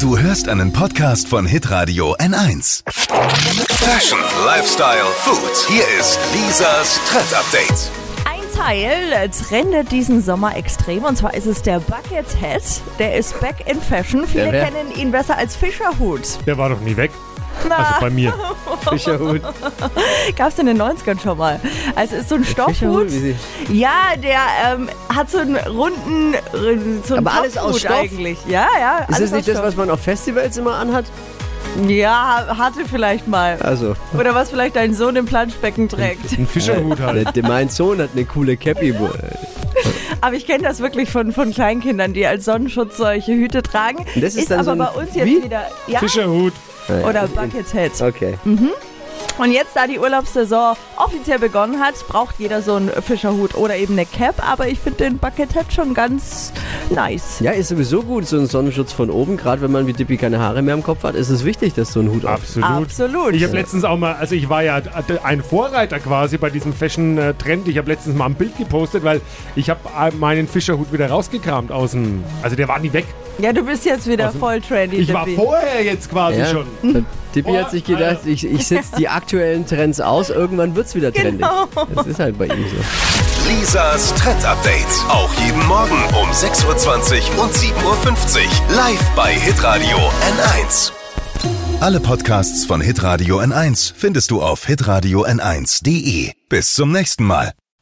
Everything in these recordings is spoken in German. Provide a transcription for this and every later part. Du hörst einen Podcast von Hitradio N1. Fashion, Lifestyle, Food. Hier ist Lisas Trend Update. Ein Teil trendet diesen Sommer extrem und zwar ist es der Buckethead. Der ist back in fashion. Viele Der wer? kennen ihn besser als Fischerhut. Der war doch nie weg. Also bei mir. Fischerhut. Gab es in den 90ern schon mal. Also ist so ein Stoffhut. Fischerhut, wie sie- Ja, der ähm, hat so einen runden, r- so einen Aber alles aus Topfhut Stoff? eigentlich. Ja, ja. Ist alles das nicht aus das, was man auf Festivals immer anhat? Stoff. Ja, hatte vielleicht mal. Also, äh, Oder was vielleicht dein Sohn im Planschbecken trägt. Ein Fischerhut halt. der, der, mein Sohn hat eine coole Cappy. wo- Aber ich kenne das wirklich von, von Kleinkindern, die als Sonnenschutz solche Hüte tragen. Und das ist dann aber so ein- bei uns jetzt wie? wieder. Ja, Fischerhut. oder Buckethead. Äh, Okay. Und jetzt, da die Urlaubssaison offiziell begonnen hat, braucht jeder so einen Fischerhut oder eben eine Cap. Aber ich finde den Buckethead schon ganz nice. Ja, ist sowieso gut, so ein Sonnenschutz von oben. Gerade wenn man wie Dippy keine Haare mehr am Kopf hat, ist es wichtig, dass so ein Hut auf. Absolut. Absolut. Ich habe letztens auch mal, also ich war ja ein Vorreiter quasi bei diesem Fashion-Trend. Ich habe letztens mal ein Bild gepostet, weil ich habe meinen Fischerhut wieder rausgekramt aus dem. Also der war nie weg. Ja, du bist jetzt wieder Also, voll trendy. Ich war Dippy. vorher jetzt quasi Ja. schon. Dippy Boah, hat sich gedacht, Alter. ich, ich setze die aktuellen Trends aus, irgendwann wird es wieder trendig. Genau. Das ist halt bei ihm so. Lisas Trend Update. Auch jeden Morgen um 6.20 Uhr und 7.50 Uhr. Live bei Hitradio N1. Alle Podcasts von Hitradio N1 findest du auf hitradio n1.de. Bis zum nächsten Mal.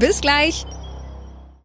Bis gleich.